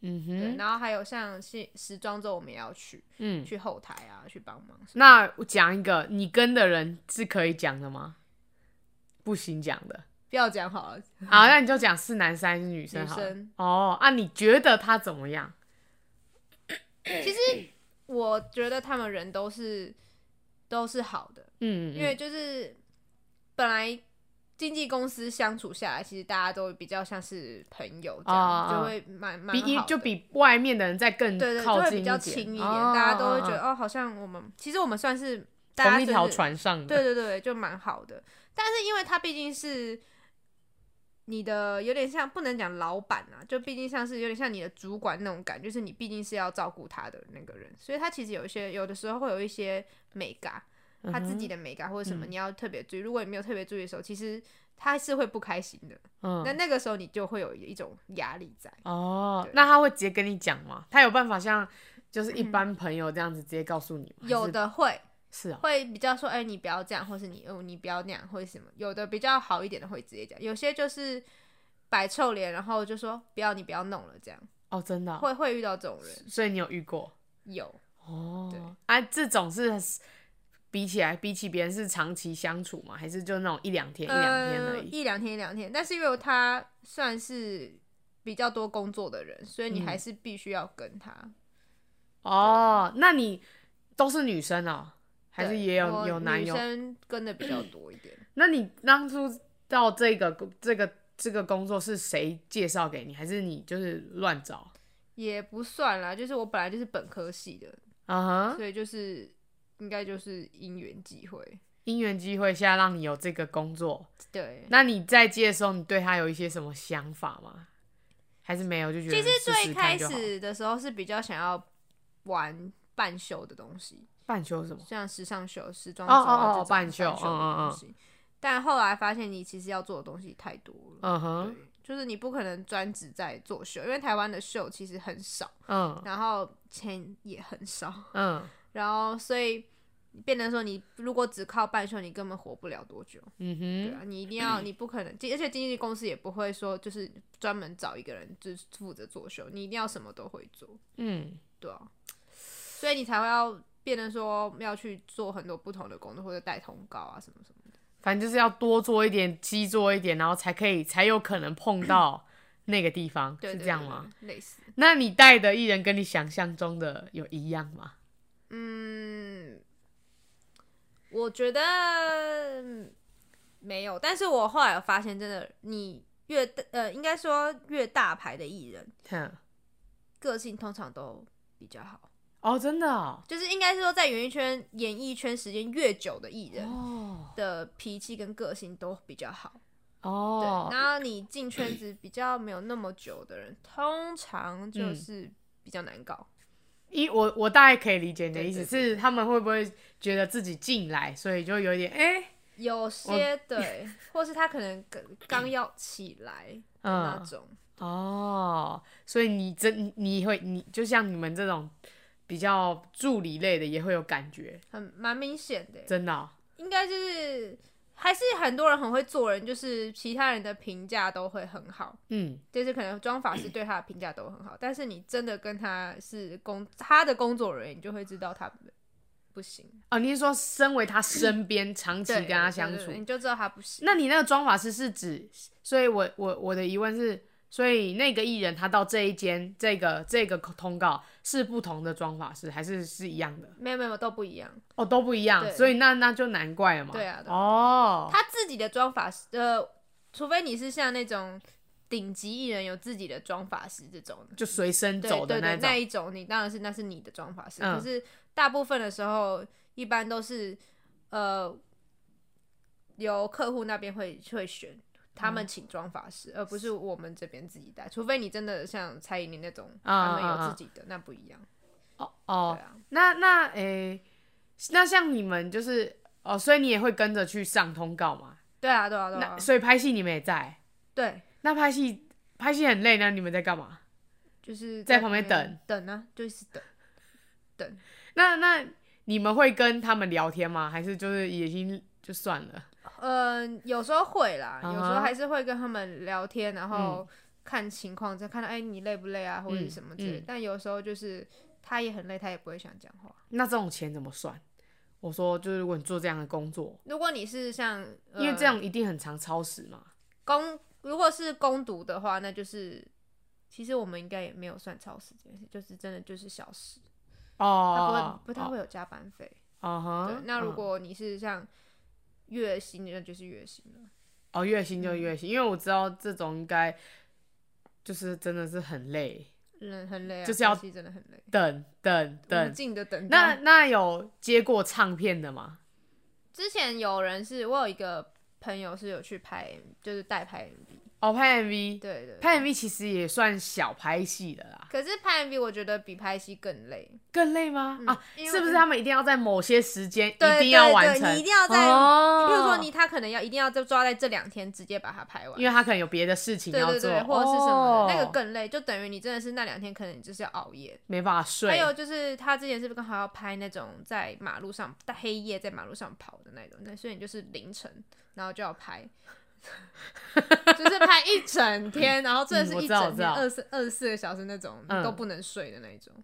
S3: 嗯
S4: 对，
S3: 哼，
S4: 然后还有像是时装周我们也要去，
S3: 嗯。
S4: 去后台啊去帮忙什么。
S3: 那我讲一个，你跟的人是可以讲的吗？不行讲的。
S4: 不要讲好了，
S3: 好， 那你就讲是男生还是女生好
S4: 女
S3: 了
S4: 生。
S3: 哦，啊，你觉得他怎么样？
S4: 其实我觉得他们人都是都是好的，
S3: 嗯，嗯
S4: 因为就是本来。经纪公司相处下来，其实大家都比较像是朋友这样，
S3: 啊
S4: 就会蛮蛮
S3: 比
S4: 好
S3: 一
S4: 的
S3: 就比外面的人再更
S4: 对对，就
S3: 靠
S4: 会
S3: 近
S4: 比
S3: 一
S4: 较
S3: 点，
S4: 亲一点，
S3: 哦
S4: 大家都会觉
S3: 哦
S4: 得哦，好像我们其实我们算是
S3: 哦
S4: 大家
S3: 同一条
S4: 就是，
S3: 船上的，
S4: 对对对，就蛮好的。但是因为他毕竟是你的，有点像不能讲老板啊，就毕竟像是有点像你的主管那种感觉，就是你毕竟是要照顾他的那个人，所以他其实有一些有的时候会有一些美嘎，
S3: 嗯
S4: 他自己的美感或者什么，你要特别注意。如果你没有特别注意的时候，其实他是会不开心的。
S3: 嗯
S4: 那，那个时候你就会有一种压力在。
S3: 哦
S4: 对，
S3: 那他会直接跟你讲吗？他有办法像就是一般朋友这样子直接告诉你吗？
S4: 有的会
S3: 是啊，
S4: 会比较说，哎、你不要这样，或是你哦，你不要那样，或者什么。有的比较好一点的会直接讲，有些就是摆臭脸，然后就说不要你不要弄了，这样
S3: 哦，真的哦，
S4: 会会遇到这种人。
S3: 所以你有遇过
S4: 有
S3: 哦？啊，这种是比起来比起别人是长期相处吗？还是就那种一两天一两天而
S4: 呃
S3: 已？
S4: 一两天一两天。但是因为他算是比较多工作的人，所以你
S3: 嗯
S4: 还是必须要跟他。
S3: 哦，那你都是女生哦，还是
S4: 对
S3: 也有
S4: 我
S3: 有男友
S4: 女？生跟的比较多一 点。
S3: 那你当初到这个这个这个工作是谁介绍给你，还是你就是乱找？
S4: 也不算啦，就是我本来就是本科系的，
S3: 啊哈，
S4: 所以就是应该就是因缘际会。
S3: 因缘机会下让你有这个工作，
S4: 对，
S3: 那你在接的时候，你对他有一些什么想法吗？还是没有就觉得
S4: 其实
S3: 试
S4: 最
S3: 试
S4: 开
S3: 看就好
S4: 始的时候是比较想要玩半袖的东西，
S3: 半休什么？
S4: 像时尚秀、时装
S3: 哦
S4: 周
S3: 哦
S4: 啊
S3: 哦
S4: 这种
S3: 半袖
S4: 半袖的
S3: 嗯嗯嗯
S4: 东西。但后来发现，你其实要做的东西太多了，
S3: 嗯哼，
S4: 对，就是你不可能专职在做秀，因为台湾的秀其实很少，
S3: 嗯
S4: 然后钱也很少，
S3: 嗯
S4: 然后所以变成说，你如果只靠半袖，你根本活不了多久。
S3: 嗯
S4: 对
S3: 哼，
S4: 啊，你一定要，你不可能，而且经纪公司也不会说就是专门找一个人就是负责做秀，你一定要什么都会做，
S3: 嗯
S4: 对啊，所以你才会要变得说要去做很多不同的工作，或者带通告啊什么什么的。
S3: 反正就是要多做一点，积做一点，然后才可以才有可能碰到那个地方，
S4: 对
S3: 是
S4: 对
S3: 这样
S4: 对
S3: 吗？
S4: 对类似，
S3: 那你带的艺人跟你想象中的有一样吗？
S4: 嗯，我觉得嗯没有，但是我后来有发现，真的你越大呃，应该说越大牌的艺人，
S3: 哼，
S4: 个性通常都比较好。
S3: 哦，真的哦，
S4: 就是应该是说，在演艺圈、演艺圈时间越久的艺人
S3: 哦
S4: 的脾气跟个性都比较好。
S3: 哦
S4: 对，，然后你进圈子比较没有那么久的人，通常就是比较难
S3: 嗯
S4: 搞。
S3: 一我我大概可以理解你的
S4: 对
S3: 意思，
S4: 对对
S3: 是他们会不会觉得自己进来，所以就有一点哎、
S4: 有些对， 或是他可能刚刚要起来的那
S3: 嗯
S4: 种，
S3: 哦，所以你真你会你就像你们这种比较助理类的也会有感觉，
S4: 很蛮明显的。
S3: 真的哦、
S4: 应该就是还是很多人很会做人，就是其他人的评价都会很好。
S3: 嗯，
S4: 就是可能妆法师对他的评价都很好，但是你真的跟他是工他的工作人员，你就会知道他不行。
S3: 哦，你是说身为他身边长期
S4: 对，
S3: 跟他相
S4: 对对
S3: 处
S4: 对，你就知道他不行。
S3: 那你那个妆法师是指，所以我我我的疑问是，所以那个艺人他到这一间这个这个通告是不同的妆法师，还是是一样的？
S4: 没有没有没有都不一样，
S3: 哦，都不一样，
S4: 对
S3: 所以那那就难怪了嘛。
S4: 对啊对啊
S3: 哦，
S4: 他自己的妆法师，呃，除非你是像那种顶级艺人有自己的妆法师这种的，
S3: 就随身
S4: 对
S3: 走的
S4: 对
S3: 那
S4: 对
S3: 一种。
S4: 那一种，你当然是那是你的妆法师。
S3: 嗯
S4: 可是大部分的时候，一般都是呃由客户那边会会
S3: 嗯
S4: 选。他们请妆法师，而不是我们这边自己带。除非你真的像蔡依林那种，
S3: 啊
S4: 他们有自己的，那不一样。
S3: 哦
S4: 对
S3: 哦，
S4: 啊，
S3: 那那诶、那像你们就是哦，所以你也会跟着去上通告嘛？
S4: 对啊，对啊，对啊
S3: 那。所以拍戏你们也在？
S4: 对，
S3: 那拍戏拍戏很累呢，你们在干嘛？
S4: 就是
S3: 在旁边等
S4: 等啊，就是等。
S3: 那那你们会跟他们聊天吗？还是就是已经就算了？
S4: 嗯、有时候会啦有时
S3: 啊哈嗯
S4: 候还是会跟他们聊天，然后看情况，再看到哎、你累不累啊，或者是什么之类的。
S3: 嗯嗯
S4: 但有时候就是他也很累，他也不会想讲话。
S3: 那这种钱怎么算？我说就是如果你做这样的工作，
S4: 如果你是像、呃
S3: 因为这样一定很常超时嘛。
S4: 攻，如果是攻读的话，那就是其实我们应该也没有算超时这件事，就是真的就是小时，他不会、
S3: 哦，
S4: 不太会有加班费。
S3: 哦哈、
S4: 对，那如
S3: 嗯
S4: 果你是像月薪，那就是月薪了。
S3: 哦，月薪
S4: 嗯
S3: 就月薪，因为我知道这种应该就是真的是很累，
S4: 人很累啊，
S3: 就是要
S4: 拍戏真的很累，
S3: 等等
S4: 无
S3: 等。
S4: 尽的等待。
S3: 那那有接过唱片的吗？
S4: 之前有人是我有一个朋友是有去拍，就是代拍 MV，
S3: 哦，拍 MV，
S4: 对对对
S3: 拍 MV 其实也算小拍戏的啦。
S4: 可是拍 MV 我觉得比拍戏更累，
S3: 更累吗？啊，
S4: 嗯因为
S3: 是不是他们一定要在某些时间一
S4: 对
S3: 定要完
S4: 对对
S3: 成？
S4: 你一定要在
S3: 哦
S4: 比如说你，他可能要一定要就抓在这两天直接把它拍完
S3: 因，为他可能有别的事情
S4: 对
S3: 要
S4: 对
S3: 做，
S4: 对，或者是什么的，那个
S3: 哦
S4: 更累，就等于你真的是那两天可能你就是要熬夜。
S3: 没办法睡。
S4: 还有就是他之前是不是刚好要拍那种在马路上大黑夜在马路上跑的那种，那所以你就是凌晨然后就要拍。就是拍一 整天，然后真的
S3: 嗯
S4: 是
S3: 我
S4: 一
S3: 知道
S4: 整天
S3: 我知道
S4: 二十二十四个小时那种、
S3: 嗯
S4: 都不能睡的那一种。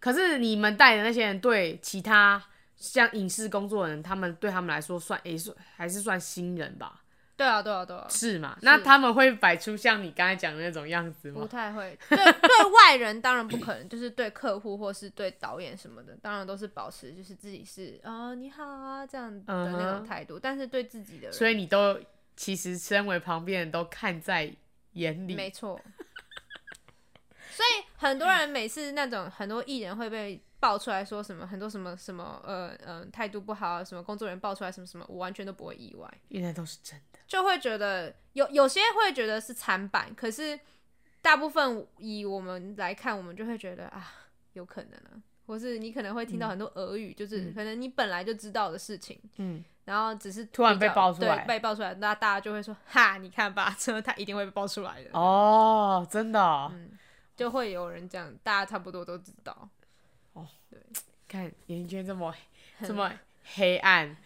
S3: 可是你们带的那些人，对其他像影视工作人，他们对他们来说算也算还是算新人吧？
S4: 对啊，对 啊，对啊，
S3: 是嘛？那他们会摆出像你刚才讲的那种样子
S4: 不
S3: 吗？
S4: 太会。对对外人当然不可能，就是对客户或是对导演什么的，当然都是保持就是自己是哦你好啊这样的那
S3: 嗯哼
S4: 种态度。但是对自己的人，
S3: 所以你都其实身为旁边人都看在眼里，
S4: 没错。所以很多人每次那种很多艺人会被爆出来说什么很多什么什么呃呃态度不好啊，什么工作人员爆出来什么什么，我完全都不会意外，
S3: 原来都是真的。
S4: 就会觉得有有些会觉得是残板，可是大部分以我们来看，我们就会觉得啊有可能啊，或是你可能会听到很多俄语，就是
S3: 嗯
S4: 可能你本来就知道的事情，
S3: 嗯，
S4: 然后只是
S3: 突然
S4: 比较
S3: 被爆出来
S4: 对被爆出来，那大家就会说哈你看吧， 这他一定会被爆出来的。
S3: 哦，真的哦、
S4: 嗯就会有人讲，大家差不多都知道。
S3: 看演艺圈这么这么黑暗，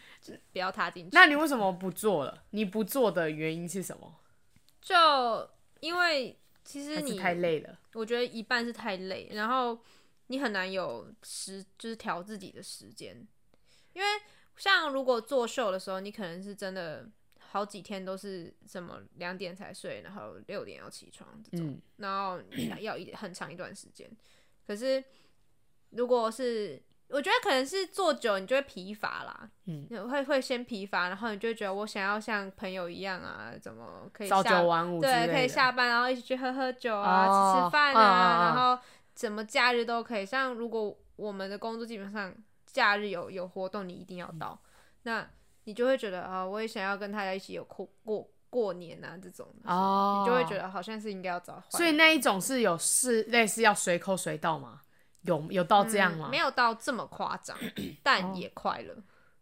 S4: 不要踏进去。
S3: 那你为什么不做了？你不做的原因是什么？
S4: 就因为其实
S3: 还是
S4: 你
S3: 太，累了。
S4: 我觉得一半是太累，然后你很难有时就是调自己的时间，因为像如果做秀的时候，你可能是真的好几天都是什么两点才睡，然后六点要起床这种，
S3: 嗯
S4: 然后要一 很长一段时间。可是如果是我觉得可能是做久你就会疲乏啦，
S3: 嗯，
S4: 会会先疲乏，然后你就会觉得我想要像朋友一样啊，怎么可以
S3: 朝
S4: 下
S3: 九晚五之类
S4: 对，
S3: 的
S4: 可以下班然后一起去喝喝酒啊，吃
S3: 哦
S4: 吃饭
S3: 啊啊
S4: 啊，
S3: 啊
S4: 然后怎么假日都可以。像如果我们的工作基本上假日有有活动，你一定要到，
S3: 嗯
S4: 那你就会觉得啊、我也想要跟大家一起有过过过年啊这种的时候
S3: 哦，
S4: 你就会觉得好像是应该要找换一个。
S3: 所以那一种是有是类似要随口随到吗？有有到这样吗？
S4: 嗯没，有到这么夸 张，但也快乐。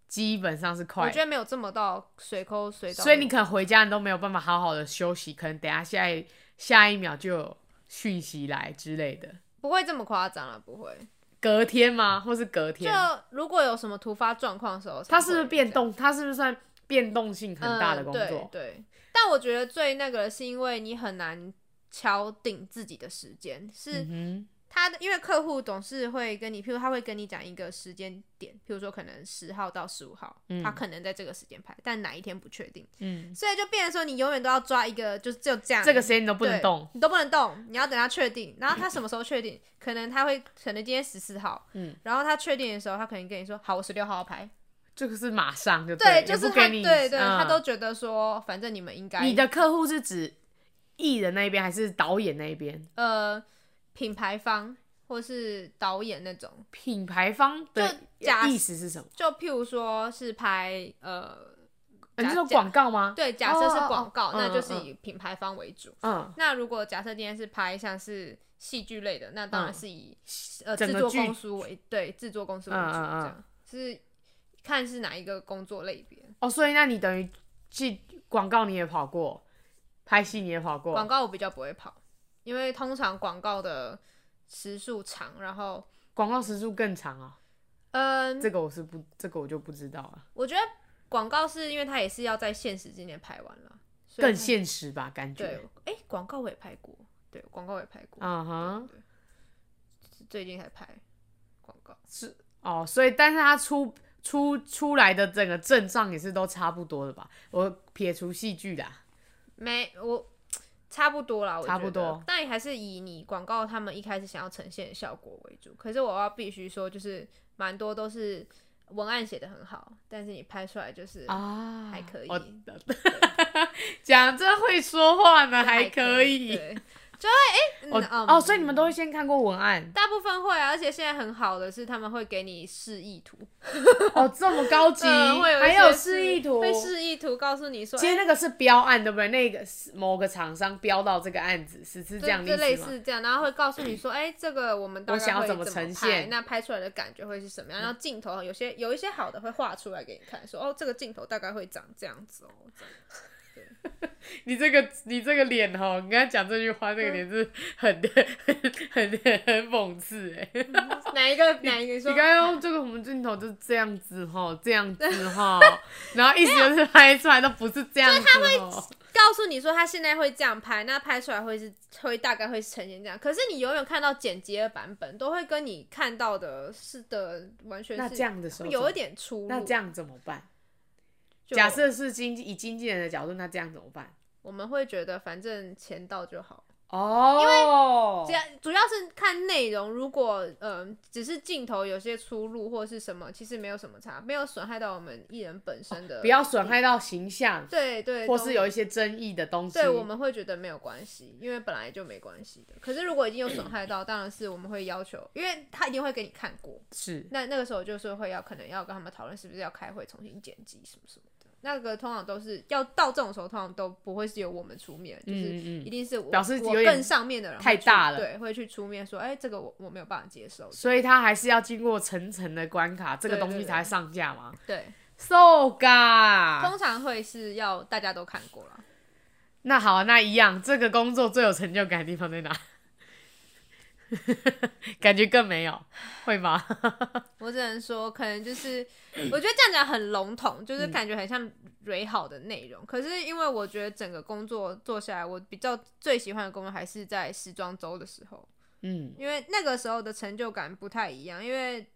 S3: 基本上是
S4: 我
S3: 快
S4: 觉。得没有这么到随口随到那种，
S3: 所以你可能回家你都没有办法好好的休息，可能等一下下一下一秒就有讯息来之类的。
S4: 不会这么夸张了，不会。
S3: 隔天吗？或是隔
S4: 就
S3: 天？
S4: 如果有什么突发状况的时候，
S3: 它是不是变动？它是不是算变动性很大的工作？
S4: 嗯对对，但我觉得最那个是因为你很难敲定自己的时间，是
S3: 嗯
S4: 他的，因为客户总是会跟你，譬如他会跟你讲一个时间点，譬如说可能十号到十五号，
S3: 嗯
S4: 他可能在这个时间拍，但哪一天不确定，
S3: 哼，嗯，
S4: 所以就变成说你永远都要抓一个，就是就这样
S3: 这个时间你都不能
S4: 对
S3: 动，
S4: 你都不能动，你要等他确定。然后 他什么时候确定？可能他会，可能今天十四号，
S3: 嗯，
S4: 然后他确定的时候，他可能跟你说，好，我十六号要拍。
S3: 这个是马上就
S4: 对，
S3: 对，
S4: 就
S3: 也
S4: 是
S3: 不
S4: 他，
S3: 给你，
S4: 对对，
S3: 嗯
S4: 他都觉得说，反正你们应该
S3: 你的客户是指艺人那边还是导演那边？
S4: 呃品牌方或是导演那种，
S3: 品牌方的
S4: 就假
S3: 意思是什么？
S4: 就譬如说是拍呃，
S3: 呃你是
S4: 假
S3: 说
S4: 假
S3: 广告吗？
S4: 对，假设是
S3: 哦哦
S4: 广告，
S3: 嗯
S4: 那就
S3: 嗯
S4: 是
S3: 嗯
S4: 以品牌方为主。
S3: 嗯，
S4: 那如果假设今天是拍像是戏剧类的，那当然
S3: 嗯
S4: 是以、呃
S3: 整
S4: 制
S3: 个
S4: 作
S3: 剧
S4: 公司为对制作公司为主，
S3: 嗯嗯嗯
S4: 这样是看是哪一个工作类别。
S3: 哦，所以那你等于去广告你也跑过，拍戏你也跑过，
S4: 广告我比较不会跑，因为通常广告的时数长，然后
S3: 广告时数更长啊、
S4: 嗯，
S3: 这个我是不，这个我就不知道了，
S4: 我觉得广告是因为它也是要在限时之内拍完了，所以
S3: 更
S4: 它
S3: 现实吧，感
S4: 对
S3: 觉。。
S4: 哎、广告我也拍过，对，广告我也拍过，
S3: 嗯哼，
S4: 最近才拍广告。
S3: 是哦，所以但是它出出出来的整个阵仗也是都差不多的吧？我撇除戏剧啦，
S4: 没，我差不多啦，我觉得
S3: 差不多
S4: 但还是以你广告他们一开始想要呈现的效果为主。可是我要必须说，就是蛮多都是文案写的很好，但是你拍出来就是
S3: 啊
S4: 还可以
S3: 我讲这会说话呢，
S4: 还
S3: 可
S4: 以。
S3: 以。
S4: 对，嗯
S3: 哦
S4: 嗯
S3: 哦，所以你们都会先看过文案
S4: 大部分会啊，而且现在很好的是他们会给你示意图，
S3: 哦，这么高 级，
S4: 嗯会一
S3: 还
S4: 些
S3: 有示意图，
S4: 会示意图告诉你说，
S3: 其实
S4: 哎
S3: 那个是标案，对不对？那个是某个厂商标到这个案子，是是这样的
S4: 就
S3: 意
S4: 类
S3: 思吗？嗯
S4: 似这样，然后会告诉你说，哎、这个我们大
S3: 我
S4: 概
S3: 想要
S4: 会
S3: 怎
S4: 怎
S3: 么
S4: 么
S3: 呈
S4: 拍
S3: 现嗯
S4: 那拍出来的感觉会是什么样？然后镜头有些有一些好的会画出来给你看，说哦，这个镜头大概会长这样子哦，这样
S3: 你这个你这个脸哈，你刚才讲这句话，
S4: 嗯
S3: 这个脸是很 很很很讽刺哎、
S4: 哪一个哪一个说
S3: 你刚刚用这个我们镜头就是这样子哈，这样 子哈，然后意思就是拍出来都不是这样子哈。
S4: 告诉你说他现在会这样拍，那拍出来会是会大概会呈现这样。可是你永远看到剪辑的版本，都会跟你看到的是的完全是
S3: 那这样的时候
S4: 有
S3: 怎
S4: 一
S3: 么，
S4: 点出入。
S3: 那这样怎么办？
S4: 就
S3: 假设是经济以经纪人的角度，那这样怎么办？
S4: 我们会觉得反正钱到就好，
S3: 哦，
S4: 主要主要是看内容。如果嗯、呃只是镜头有些出入或是什么，其实没有什么差，没有损害到我们艺人本身的，
S3: 不要损害到形象，
S4: 对对，
S3: 或
S4: 都
S3: 是有一些争议的东西。
S4: 对，我们会觉得没有关系，因为本来就没关系的。可是如果已经有损害到，当然是我们会要求，因为他一定会给你看过。
S3: 是
S4: 那那个时候就是会要可能要跟他们讨论是不是要开会重新剪辑什么什么的。那个通常都是要到这种时候，通常都不会是由我们出面，就是
S3: 嗯嗯
S4: 一定是我
S3: 表示
S4: 我
S3: 有点
S4: 更上面的人会
S3: 太
S4: 去
S3: 大了
S4: 对，会去出面说，哎、这个我我没有办法接受。
S3: 所以它还是要经过层层的关卡，这个
S4: 对
S3: 东
S4: 对
S3: 西
S4: 对
S3: 才上架嘛。
S4: 对，
S3: So ga，
S4: 通常会是要大家都看过了。
S3: 那好，啊那一样，这个工作最有成就感的地方在哪？ 感觉更没有，会吗？
S4: 我只能说，可能就是我觉得这样讲很笼统，就是
S3: 嗯
S4: 感觉很像蕊好的内容。可是因为我觉得整个工作做下来，我比较最喜欢的工作还是在时装周的时候，
S3: 嗯，
S4: 因为那个时候的成就感不太一样，因为。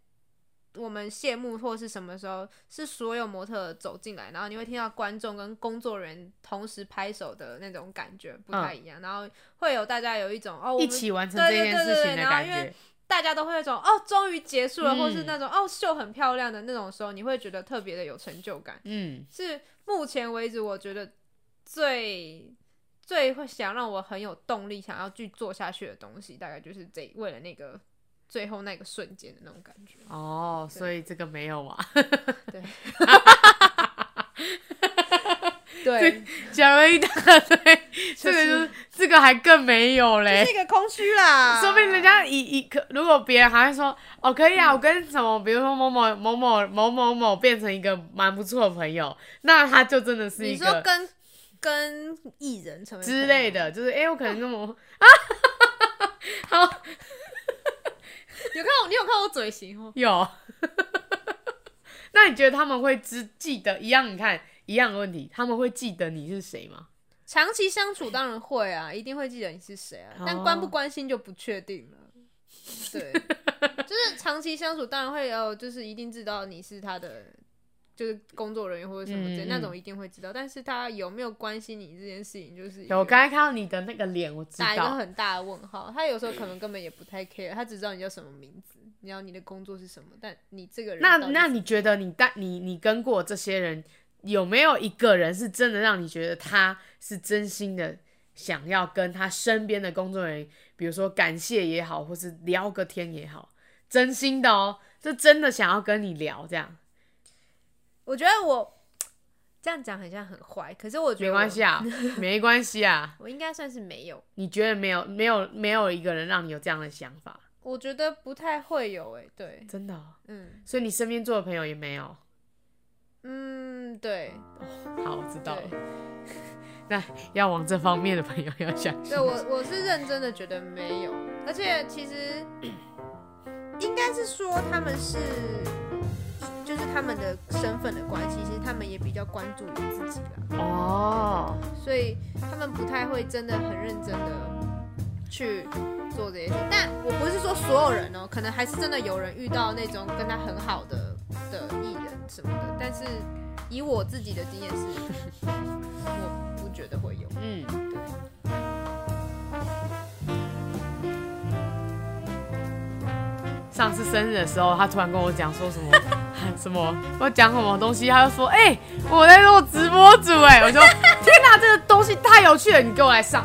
S4: 我们谢幕或是什么时候，是所有模特走进来，然后你会听到观众跟工作人员同时拍手的那种感觉不太一样，然后会有大家有一种哦，我
S3: 一
S4: 们
S3: 起完成
S4: 对
S3: 这
S4: 对
S3: 件
S4: 对
S3: 事
S4: 对
S3: 情的
S4: 然后
S3: 感
S4: 因为
S3: 觉，
S4: 大家都会有一种哦，终于结束了，
S3: 嗯
S4: 或是那种哦秀很漂亮的那种时候，你会觉得特别的有成就感。
S3: 嗯，
S4: 是目前为止，我觉得最最会想让我很有动力想要去做下去的东西，大概就是这为了那个最后那个瞬间的那种感觉。
S3: 哦，所以这个没有啊嘛。
S4: 对，
S3: 对
S4: 对，
S3: 讲了一大堆， 这个就是这个还更没有嘞
S4: 这。个空虚 啦，
S3: 说不定人家以以可，如果别人还会说哦，可以啊，我跟什么，比如说某某某某某某某变成一个蛮不错的朋友，那他就真的是一
S4: 你说
S3: 个
S4: 跟跟艺人成为
S3: 之类的，就是哎、诶我可能跟某某啊，好
S4: 朋友，有看我你有看我嘴型哦？
S3: 有， 那你觉得他们会知记得一样？你看一样的问题，他们会记得你是谁吗？
S4: 长期相处当然会啊，一定会记得你是谁啊
S3: 哦，
S4: 但关不关心就不确定了。 对，就是长期相处当然会有，就是一定知道你是他的，就是工作人员或者什么之类、
S3: 嗯嗯
S4: 那种一定会知道，但是他有没有关心你这件事情，就是一
S3: 有，我
S4: 个
S3: 刚才看到你的那个脸，我知
S4: 嗯打一个
S3: 道。
S4: 很大的问号。他有时候可能根本也不太 care，他只知道你叫什么名字，你要你的工作是什么，但你这个人
S3: 那
S4: 到底
S3: 那
S4: 是
S3: 你觉得你带你你跟过这些人，有没有一个人是真的让你觉得他是真心的想要跟他身边的工作人员，比如说感谢也好，或是聊个天也好，真心的哦，就真的想要跟你聊这样，
S4: 我觉得我这样讲很像很坏，可是我觉
S3: 没
S4: 得
S3: 关系
S4: 啊，
S3: 啊，没关系啊，
S4: 我应该算是没有。
S3: 你觉得没有没有没有一个人让你有这样的想法，
S4: 我觉得不太会有诶、对，
S3: 真的哦、
S4: 嗯
S3: 所以你身边做的朋友也没有。
S4: 嗯，对，
S3: 好，我知道了
S4: 对。
S3: 那要往这方面的朋友要想清
S4: 对我我是认真的觉得没有，而且其实应该是说他们是，就是他们的身份的关系，其实他们也比较关注于自己啦，
S3: 楚哦。
S4: 所以他们不太会真的很认真的去。做这些事，但我不是说所有人哦，可能还是真的有人遇到那种跟他很好的的艺人什么的，但是以我自己的经验是，我不觉得会有。
S3: 嗯。上次生日的时候，他突然跟我讲说什么 什么，我讲什么东西，他就说：“哎、我在做直播主哎、我说：“天哪，这个东西太有趣了，你给我来上。”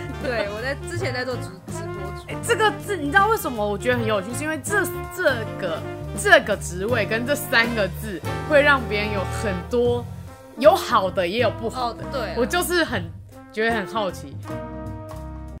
S3: 哎
S4: 对我在之前在做直直播主，
S3: 这个这你知道为什么我觉得很有趣？是因为这这个这个职位跟这三个字会让别人有很多有好的也有不好
S4: 哦
S3: 的。
S4: 对啊
S3: 我就是很觉得很好奇，